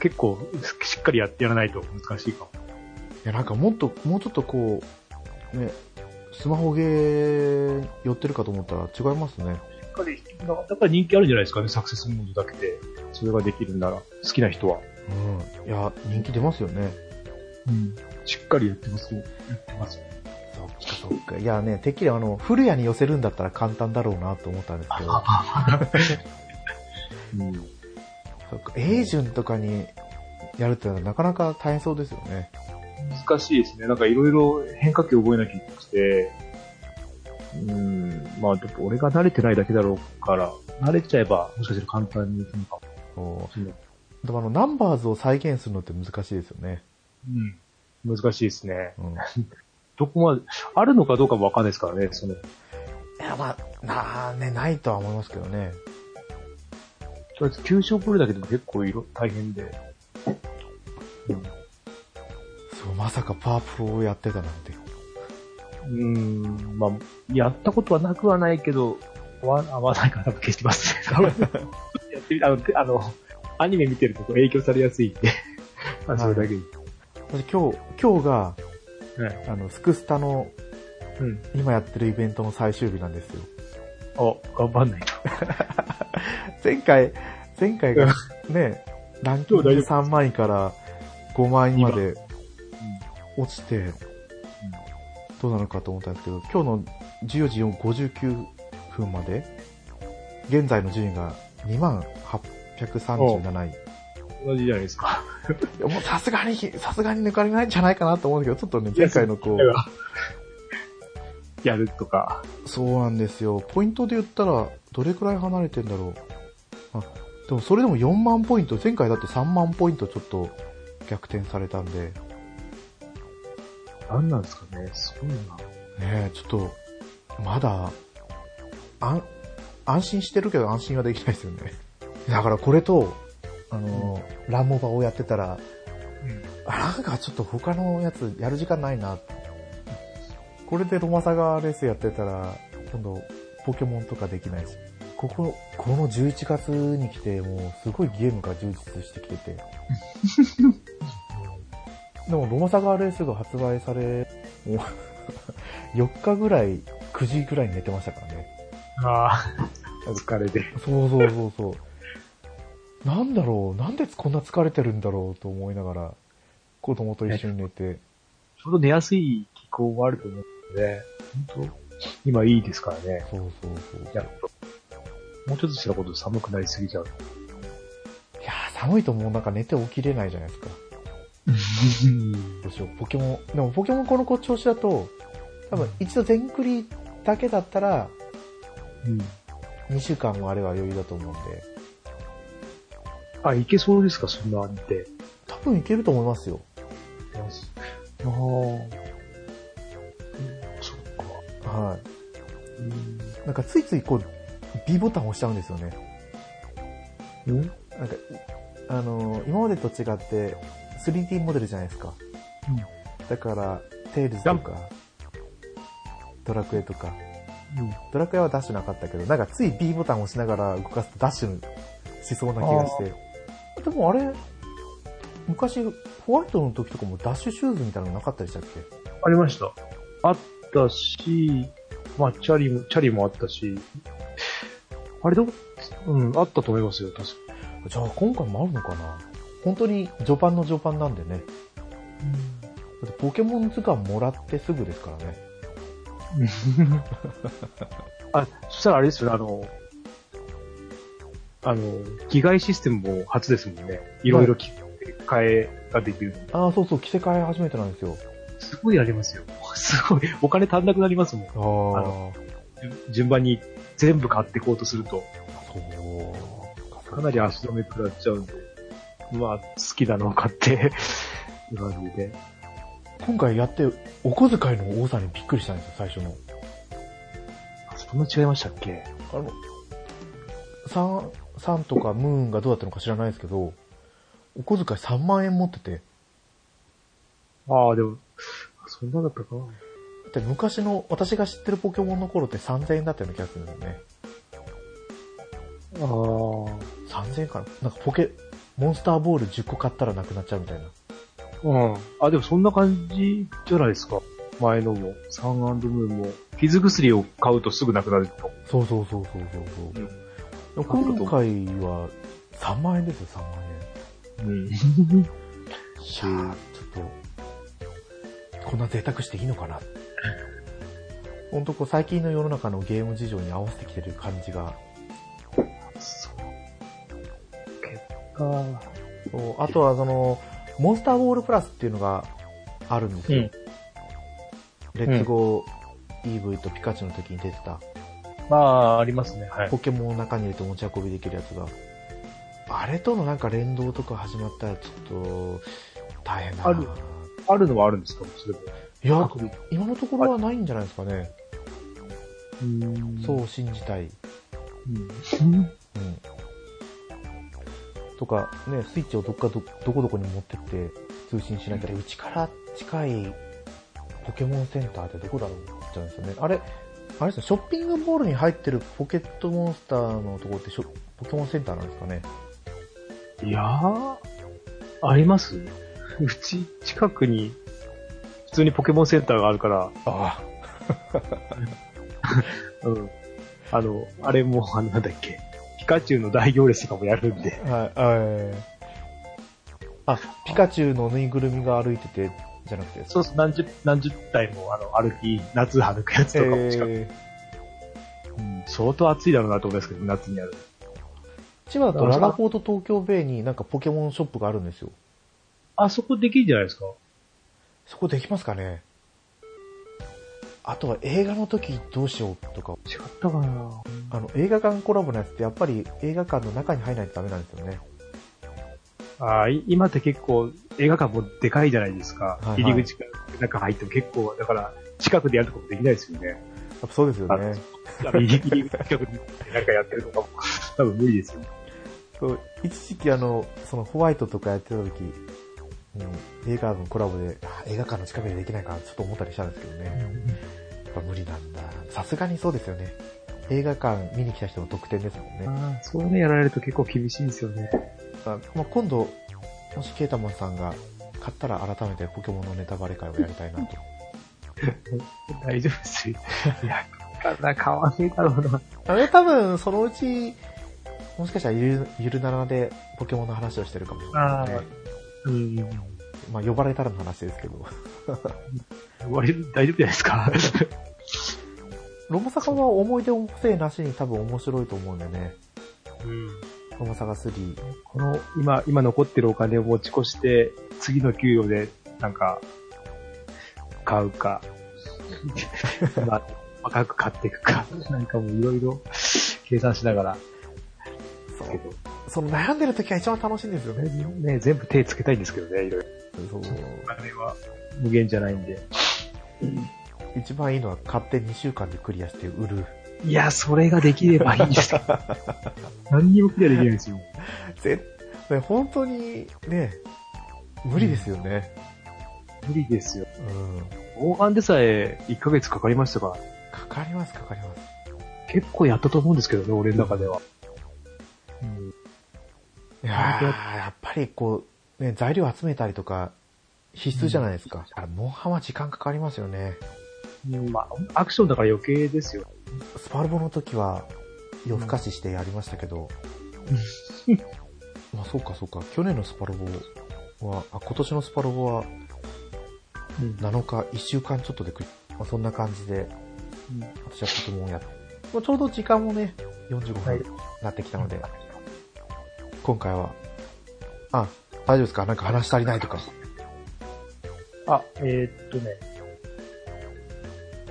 B: 結構、しっかりやってやらないと難しいかも。
A: いや、なんかもっと、もうちょっとこう、ね、スマホゲー寄ってるかと思ったら違いますね。
B: しっかり、だから人気あるんじゃないですかね、サクセスモードだけで。それができるんなら、好きな人は。
A: うん。いや、人気出ますよね。
B: しっかりやってます。やってます。
A: そっかそっか。いやね、てっきりあの、古谷に寄せるんだったら簡単だろうなと思ったんですけど。
B: うん。
A: そっか、エージュンとかにやるってのはなかなか大変そうですよね。
B: 難しいですね。なんかいろいろ変化球覚えなきゃいけなくて、うん、まあちょっと俺が慣れてないだけだろうから、慣れちゃえばもしかしたら簡単にいくのかも
A: こ
B: しれない。
A: うでもあの、ナンバーズを再現するのって難しいですよね。
B: うん。難しいですね。
A: うん。
B: どこまで、あるのかどうかもわかんないですからね、その、
A: いや、まあ、なあね、ないとは思いますけどね。
B: とりあえず球種覚えるだけでも結構いろ大変で。
A: そう、まさかパープロをやってたなんて。
B: うん、まあ、やったことはなくはないけど、わ、合わないかな、消してます。 やってみあの、てあの、アニメ見てるとこ影響されやすいんで、まあそれだけで。
A: 私今日、今日が、
B: はい。
A: あの、スクスタの
B: うん。
A: 今やってるイベントの最終日なんですよ。
B: ああ、頑張んないと。
A: 前回、前回がね、ランキング
B: 今日大丈
A: 3万位から5万位まで落ちて、どうなのかと思ったんですけど、今日の14時59分まで、現在の順位が2万837位。
B: 同じじゃないですか。
A: いやもうさすがに、さすがに抜かれないんじゃないかなと思うんだけど、ちょっとね、
B: いや
A: 前回のこ
B: だか
A: う、
B: らやるとか。
A: そうなんですよ。ポイントで言ったら、どれくらい離れてんだろう。あ、でもそれでも4万ポイント、前回だって3万ポイントちょっと逆転されたんで、
B: なんなんですかね。すごいな。
A: ねえ、ちょっと、まだ、あん、安心してるけど安心はできないですよね。だからこれと、あの、ランモバをやってたら、あなんかちょっと他のやつやる時間ないな。これでロマサガレースやってたら、今度ポケモンとかできないし。ここ、この11月に来て、もうすごいゲームが充実してきてて。でもロマサガレースが発売され、もう 4日ぐらい、9時ぐらいに寝てましたからね。
B: ああ、疲れで。
A: そうそうそうそう。なんだろう、なんでこんな疲れてるんだろうと思いながら、子供と一緒に寝て。
B: ちょうど寝やすい気候もあると思うので、本当今いいですからね。
A: そうそうそう。
B: やっと。もうちょっとしたらこと寒くなりすぎちゃう。
A: いやー寒いともうなんか寝て起きれないじゃないですか。どうしよう、ポケモン。でもポケモンこの子調子だと、多分一度全クリだけだったら、
B: うん。
A: 2週間もあれば余裕だと思うんで、
B: あ、いけそうですかそんな安定。
A: 多分いけると思いますよ。
B: ああ。うんそっか。
A: は
B: うん
A: い。なんかついついこう、B ボタンを押しちゃうんですよね。
B: うん
A: なんか、あのー今までと違って、3D モデルじゃないですか。だから、テイルズとか、ドラクエとか、ドラクエはダッシュなかったけど、なんかつい B ボタンを押しながら動かすとダッシュしそうな気がして。でもあれ、昔ホワイトの時とかもダッシュシューズみたいなのなかったでしたっけ
B: ありました。あったし、まあ、チャリも、チャリもあったし、あれどううん、あったと思いますよ、確か
A: じゃあ今回もあるのかな本当に序盤の序盤なんでね。だってポケモン図鑑もらってすぐですからね。
B: あ、そしたらあれですよね、あの、あの、着替えシステムも初ですもんね。いろいろ着替えができるので。
A: ああ、そうそう、着せ替え初めてなんですよ。
B: すごいありますよ。 すごい。お金足んなくなりますもん。
A: ああ、
B: 順順番に全部買っていこうとすると、
A: そう。
B: かなり足止め食らっちゃうんで、まあ、好きなのを買って、 って感じで。
A: 今回やって、お小遣いの多さにびっくりしたんですよ、最初の。
B: あそんな違いましたっけ
A: あの、サン、サンとかムーンがどうだったのか知らないですけど、お小遣い3万円持ってて、
B: ああ、でも、そんなだったかな。
A: で昔の私が知ってるポケモンの頃って3000円だったような気がするんだよね。
B: ああ、
A: 3000円かななんかポケ、モンスターボール10個買ったらなくなっちゃうみたいな。
B: うん。あ、でもそんな感じじゃないですか。前のも、サンムーンも。傷薬を買うとすぐなくなると。
A: そうそうそうそうそうそう。でも今回は3万円ですよ、3万
B: うん。
A: 円。いやーちょっと、こんな贅沢していいのかな。ほんとこう最近の世の中のゲーム事情に合わせてきてる感じが
B: そう。結果、
A: そうあとはその、モンスターボールプラスっていうのがあるんですよ。レッツゴー EV とピカチュウの時に出てた、
B: まあ、ありますね。はい。
A: ポケモンを中に入れて持ち運びできるやつが。あれとのなんか連動とか始まったらちょっと、大変だ
B: あ
A: な
B: るあるのはあるんですかそれも。
A: いや、今のところはないんじゃないですかね。
B: うん
A: そう信じたい。
B: うん。
A: うん。とか、ね、スイッチをどっかど、どこどこに持ってって通信しなきゃ、うちから近いポケモンセンターってどこだろうじゃないですよね。あれ、あれですね、ショッピングモールに入ってるポケットモンスターのところってショポケモンセンターなんですかね。
B: いやー、ありますうち近くに、普通にポケモンセンターがあるから、
A: ああ。
B: うん。あの、あれも、あの、なんだっけ、ピカチュウの大行列とかもやるんで、
A: はい、はい。あ、ピカチュウのぬいぐるみが歩いてて、じゃなくて。
B: そうそう、何十、何十体も、あの、歩き、夏歩くやつとかも近く、
A: えー
B: うん相当暑いだろうなと思いますけど、夏にやる。
A: 千葉だとララポート東京ベイになんかポケモンショップがあるんですよ。
B: あそこできるんじゃないですか
A: そこできますかねあとは映画の時どうしようとか、
B: 違ったかな
A: あの映画館コラボのやつってやっぱり映画館の中に入らないとダメなんですよね。
B: あーい今って結構映画館もでかいじゃないですか。
A: いはい
B: 入り口から中入っても結構、だから近くでやるとかもできないですよね。
A: やっぱそうですよね。
B: あの入り入り口近くでなんかやってるとかも多分無理ですよね。
A: そう一時期あの、そのホワイトとかやってた時、うん、映画のコラボで、あ映画館の近くでできないかなちょっと思ったりしたんですけどね。やっぱ無理なんだ。さすがにそうですよね。映画館見に来た人の特典ですもんね。
B: ああ、そういうのやられると結構厳しいんですよね。
A: あまあ、今度、もしケータマンさんが買ったら改めてポケモンのネタバレ会をやりたいなと。
B: 大丈夫で すよ。いや、かな、変わんねえだろうな。
A: あれ多分、そのうち、もしかしたらゆるゆるならでポケモンの話をしてるかもしれないですね。
B: うん。
A: まあ、呼ばれたらの話ですけど。
B: 割と大丈夫じゃないですか。
A: ロマサカは思い出補正なしに多分面白いと 思うんでね。ロマサカ3。
B: この、今、今残ってるお金を持ち越して、次の給与で、なんか、買うか、まあ、若く買っていくか、なんかもういろいろ計算しながら、
A: そ
B: け
A: う。
B: ど、
A: その悩んでる時が一番楽しいんですよね。
B: ね、全部手つけたいんですけどね、いろいろ。
A: そう。
B: お金は無限じゃないんで。
A: 一番いいのは買って2週間でクリアして売る。
B: いや、それができればいいんですけど。何にもクリアできないんですよ。
A: ぜ、ね本当にね、無理ですよね。
B: 無理ですよ。
A: うん。
B: 後半でさえ1ヶ月かかりましたから、
A: かかります、かかります。
B: 結構やったと思うんですけどね、俺の中では。うん
A: いやーやっぱりこう、ね、材料集めたりとか、必須じゃないですか。あれ、モンハンは時間かかりますよね。
B: うんまあ、アクションだから余計ですよ。
A: スパルボの時は、夜更かししてやりましたけど。 まあ、そうかそうか。去年のスパルボは、あ、今年のスパルボは7日、1週間ちょっとでく、まあ、そんな感じで、私はポケモンをやって。まあ、ちょうど時間もね、45分
B: はい
A: になってきたので、今回は、あ、大丈夫ですかなんか話し足りないとか。
B: あ、えーっとね。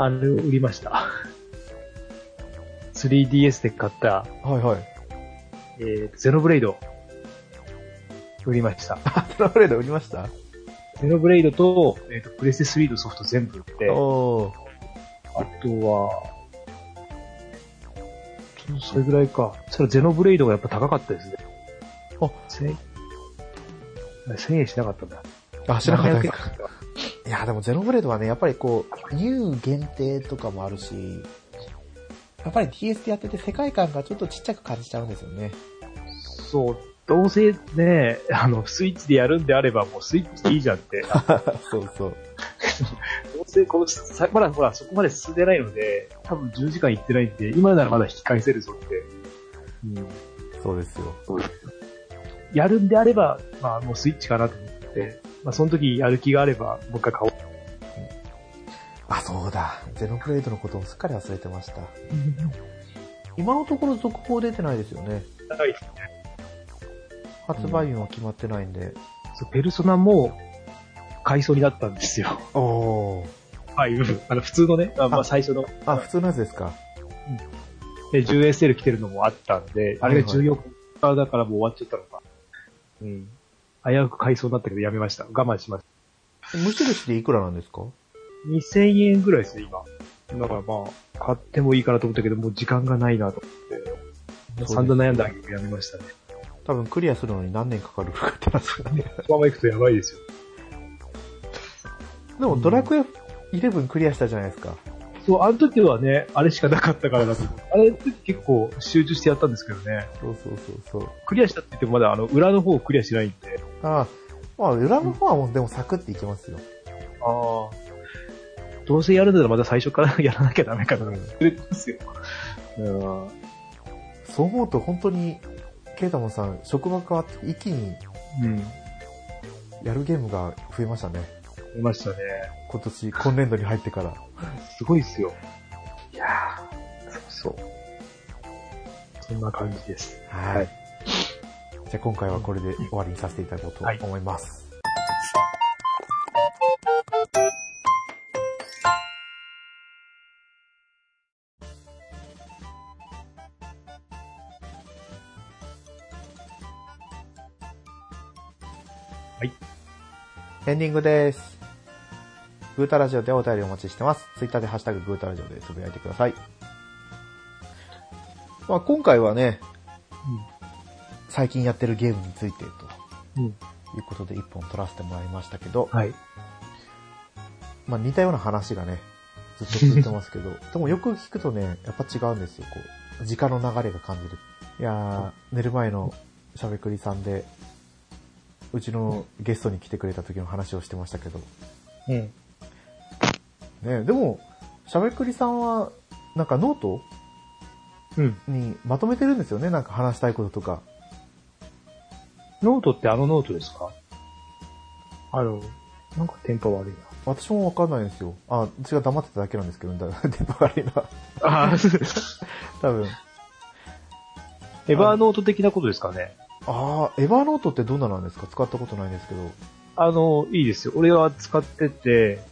B: あの、売りました。3DS で買った、
A: はいはい。
B: えーゼノブレイド。売りました。
A: プラブレード売りました
B: ゼノブレイドと、えーっと、プレステ3のソフト全部売って、
A: おー
B: あとは、それぐらいか。それゼノブレイドがやっぱ高かったですね。
A: あ
B: 1000 1000円しなかったんだ。
A: あ、知らなかったです
B: 700
A: か
B: 円。か
A: いや、でもゼノブレードはね、やっぱりこう、ニュー限定とかもあるし、やっぱり DS でやってて世界観がちょっとちっちゃく感じちゃうんですよね。
B: そう。どうせね、あの、スイッチでやるんであれば、もうスイッチでいいじゃん って。あ
A: そうそう。
B: どうせこの、さまだほら、そこまで進んでないので、多分10時間いってないんで、今ならまだ引き返せるぞって。うん。
A: そうですよ。
B: やるんであれば、まあもうスイッチかなと思って、まあその時やる気があれば、もう一回買おう。
A: あ、そうだ。ゼノブレードのことをすっかり忘れてました。今のところ続報出てないですよね。
B: はい。
A: 発売日は決まってないんで。
B: そう、ペルソナも、買いそうになったんですよ。
A: おー。
B: はい、うんあの、普通のね、あま
A: あ
B: あ最初の、
A: あ、普通のやつですか。
B: で 10SL 来てるのもあったんで、あれが
A: はいは
B: 14日だからもう終わっちゃったのか。うん。危うく買いそうになったけどやめました。我慢しまし
A: 無印でいくらなんですか
B: た。2000円ぐらいですね、今。だからまあ、買ってもいいかなと思ったけど、もう時間がないなと思って。
A: す
B: 散々悩んだけどやめましたね。
A: 多分クリアするのに何年かかるかって話がね。
B: このまま行くとやばいですよ。
A: でもドラクエ11クリアしたじゃないですか。
B: そう、あの時はね、あれしかなかったからだと思う。あれの時結構集中してやったんですけどね。
A: そうそうそうそう。
B: クリアしたって言ってもまだあの、裏の方をクリアしないんで。
A: ああ、まあ裏の方はもうでもサクっていきますよ。
B: ああ。どうせやるならまた最初からやらなきゃダメかな。
A: うん
B: それですよ。うん。
A: そう思うと本当に、ケイタモンさん、職場変わって一気に
B: うん。
A: やるゲームが増えましたね。
B: いましたね。
A: 今年、今年度に入ってから。
B: すごいっすよ。いやー、そうそう。そんな感じです。
A: はい。じゃあ今回はこれで終わりにさせていただこ
B: は
A: う
B: い
A: と思います。
B: はい。
A: エンディングです。グータラジオでお便りお待ちしてます。ツイッターでハッシュタググータラジオでつぶやいてください。まあ今回はね、最近やってるゲームについてと
B: うん。うん。
A: いうことで一本取らせてもらいましたけど、
B: はい。
A: まあ似たような話がね、ずっと続いてますけ ど、でもよく聞くとね、やっぱ違うんですよ、こう。時間の流れが感じる。いやー、寝る前のしゃべくりさんで、うちのゲストに来てくれた時の話をしてましたけど、
B: うん。
A: ね、でも、しゃべくりさんは、なんかノート
B: うん。
A: にまとめてるんですよね、なんか話したいこととか。
B: ノートってあのノートですかあの、なんかテンポ悪い
A: 私もわかんないんですよ。あ、私が黙ってただけなんですけど、だ電波悪いな。
B: な。ああ、
A: 多分。
B: エバーノート的なことですかね。
A: あー、エヴァノートってどんなのなんですか使ったことないんですけど。
B: あの、いいですよ。俺は使ってて、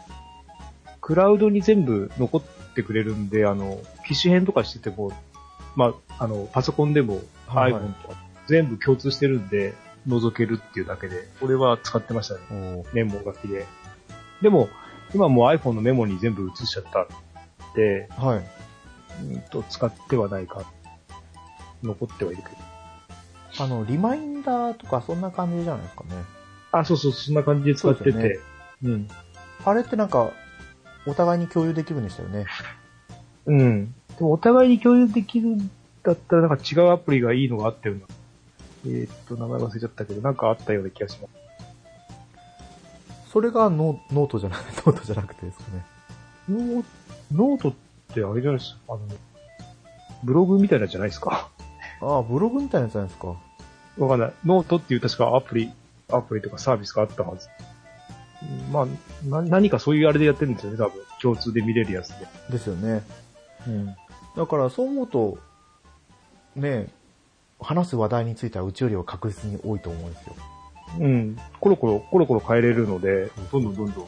B: クラウドに全部残ってくれるんで、あの、機種変とかしてても、まあ、あの、パソコンでも
A: はいはい
B: iPhone とか全部共通してるんで、覗けるっていうだけで、俺は使ってましたね。
A: おー
B: メモ書きで。でも、今もう iPhone のメモに全部移しちゃったんで、
A: はい。
B: うんと使ってはないか。残ってはいるけど。
A: あの、リマインダーとかそんな感じじゃないですかね。
B: あ、そうそう、そんな感じで使ってて。
A: そうです
B: うん。
A: あれってなんか、お互いに共有できるんでしたよね。
B: うん。でもお互いに共有できるんだったら、なんか違うアプリがいいのがあったような。えーっと、名前忘れちゃったけど、なんかあったような気がします。
A: それがノノートじゃなくて、ノートじゃなくてですかね。
B: ノーノートってあれじゃないですか。あの、ブログみたいなんじゃないですか。
A: ああ、ブログみたいなやつじゃないですか。
B: わかんない。ノートっていう確かアプリ、アプリとかサービスがあったはず。うんまあ、な何かそういうあれでやってるんですよね、多分。共通で見れるやつで。
A: ですよね。
B: うん。
A: だからそう思うと、ねえ、話す話題についてはうちよりは確実に多いと思うんですよ。
B: うん。コロコロ、コロコロ変えれるので、どんどんどんどん。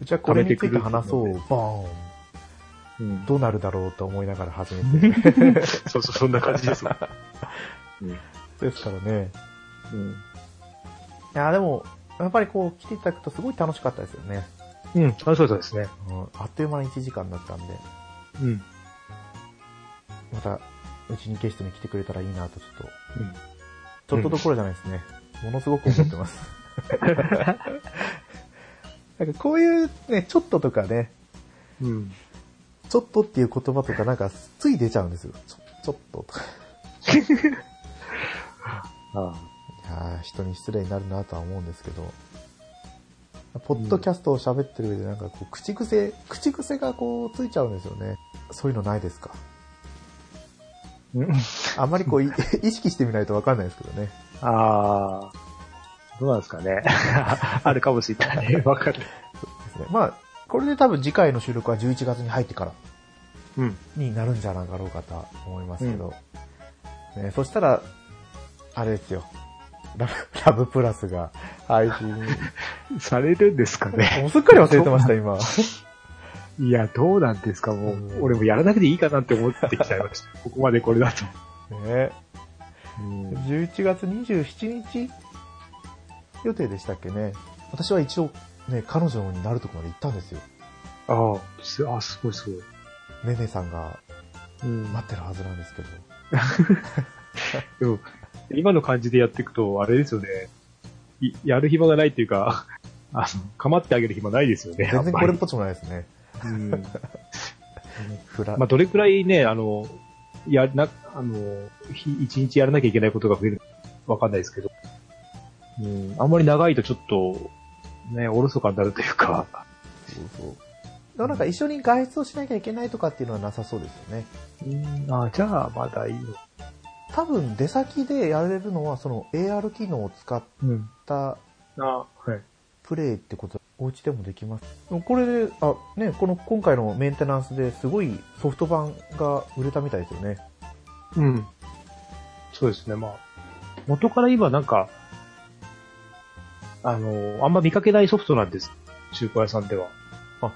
A: うちはこれについ
B: 貯めてく
A: て
B: る
A: 話そう、バーン。
B: うん。
A: どうなるだろうと思いながら始め て。
B: そうそう、そんな感じです。
A: ですからね。
B: うん。
A: いや、でも、やっぱりこう来ていただくとすごい楽しかったですよね。
B: うん、楽しかったですね。
A: うん、あっという間に1時間だったんで。
B: うん。
A: また、うちにゲストに来てくれたらいいなと、ちょっと、
B: うん。
A: ちょっとどころじゃないですね。ものすごく思ってます。なんかこういうね、ちょっととかね、
B: うん。
A: ちょっとっていう言葉とかなんかつい出ちゃうんですよ。ちょちょっととか。
B: あ
A: いやー人に失礼になるなとは思うんですけど、ポッドキャストを喋ってる上でなんかこう、口癖、口癖がこうついちゃうんですよね。そういうのないですか
B: うん。
A: あんまりこうい、意識してみないとわかんないですけどね。
B: ああ。どうなんですかね。 あるかもしれない。 わかる。
A: ですね。まあ、これで多分次回の収録は11月に入ってから
B: うん。
A: になるんじゃなかろうかとは思いますけど、ね、そしたら、あれですよ、ラブラブプラスが配信、も
B: されるんですかね。
A: うすっかり忘れてました、今。
B: いや、どうなんですか、も
A: う
B: う。
A: ん
B: 俺もやらなくていいかなって思ってきちゃいました。ここまでこれだと。
A: ね、11月27日予定でしたっけね。私は一応、ね、彼女になるとこまで行ったんですよ。
B: ああ、すあすごいすごい。
A: ねねさんが
B: うん
A: 待ってるはずなんですけど。
B: でも今の感じでやっていくと、あれですよね。いやる暇がないっていうか、あの、構ってあげる暇ないですよね。
A: 全然これっ
B: やっ
A: ぽっちもないですね。
B: ぱりうん
A: フラ、
B: まあ、どれくらいね、あの、や、な、あの、ひ一日やらなきゃいけないことが増えるわかんないですけど、うん、あんまり長いとちょっと、ね、おろそかになるというか、
A: そうそう。でもなんか一緒に外出をしなきゃいけないとかっていうのはなさそうですよね。
B: うん、あ、じゃあまだいいよ。
A: 多分出先でやれるのはその AR 機能を使っ
B: うん。
A: た
B: あ、はい。
A: プレイってことお家でもできます。これで、あ、ね、この今回のメンテナンスですごいソフト版が売れたみたいですよね。
B: うん。そうですね、まあ。元から今なんか、あの、あんま見かけないソフトなんです。中古屋さんでは。
A: あ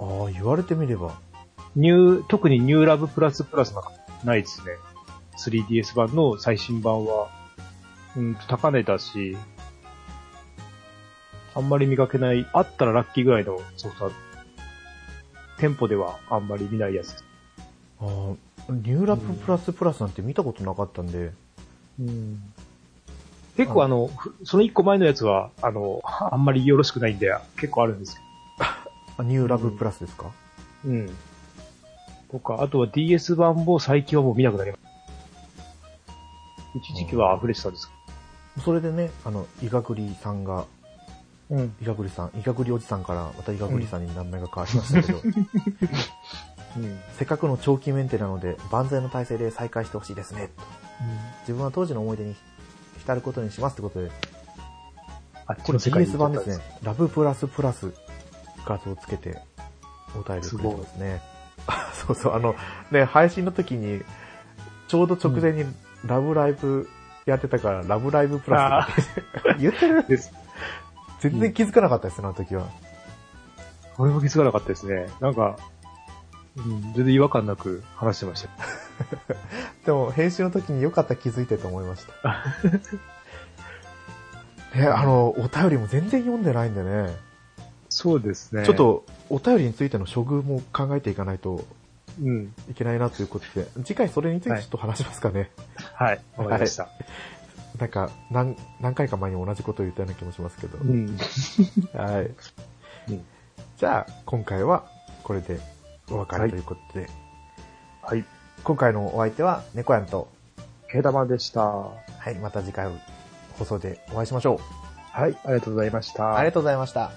A: あ、言われてみれば。
B: ニュー、特にニューラブプラスプラスなんかないですね。3DS 版の最新版は、うんと、高値だし、あんまり見かけない、あったらラッキーぐらいのソフトは店舗ではあんまり見ないやつです。
A: ああ、ニューラッププラスプラスなんて見たことなかったんで、
B: 結構あの、ふその一個前のやつは、あの、 あんまりよろしくないんで、結構あるんですよ。
A: あニューラブプラスですか、
B: うん。とか、あとは DS 版も最近はもう見なくなりました。一時期は溢れてたんです
A: それでね、あの、イガグリさんが、
B: けど。うん。
A: イガグリさん、イガグリおじさんからまたイガグリさんに名前が変わりま したけど、
B: うん。
A: せっかくの長期メンテなので、万全の体制で再開してほしいですね。と自分は当時の思い出に浸ることにしますってことで、
B: あっち
A: これ
B: の世界に
A: DS
B: 行っ
A: 版
B: ちゃ
A: で
B: ったん
A: すね。ラブプラスプラス画像をつけてお便りをくれてますね。 そうそう、あの、ね、配信の時に、ちょうど直前にラブライブやってたから、ラブライブプラスって 言ってる
B: です。
A: 全然気づかなかったですね、あの時は。
B: これも気づかなかったですね。なんか、うん、全然違和感なく話してました。
A: でも、編集の時によかったら気づいてと思いま した。ね、あの、お便りも全然読んでないんでね。
B: そうですね
A: ちょっ、と、お便りについての処遇も考えていかないと
B: うん。
A: いけないなということで、次回それについてちょっと話しますかね。
B: はい、わかりました。
A: なんか何、何回か前に同じことを言ったような気もしますけど。
B: うん。
A: はい。
B: うん
A: じゃあ、今回はこれでお別
B: は
A: れ
B: い
A: ということで、
B: はい。
A: 今回のお相手は猫やんと、
B: けだまでした。は
A: はい、また次回放送でお会いしましょう。
B: い、ありがとうございました。
A: ありがとうございました。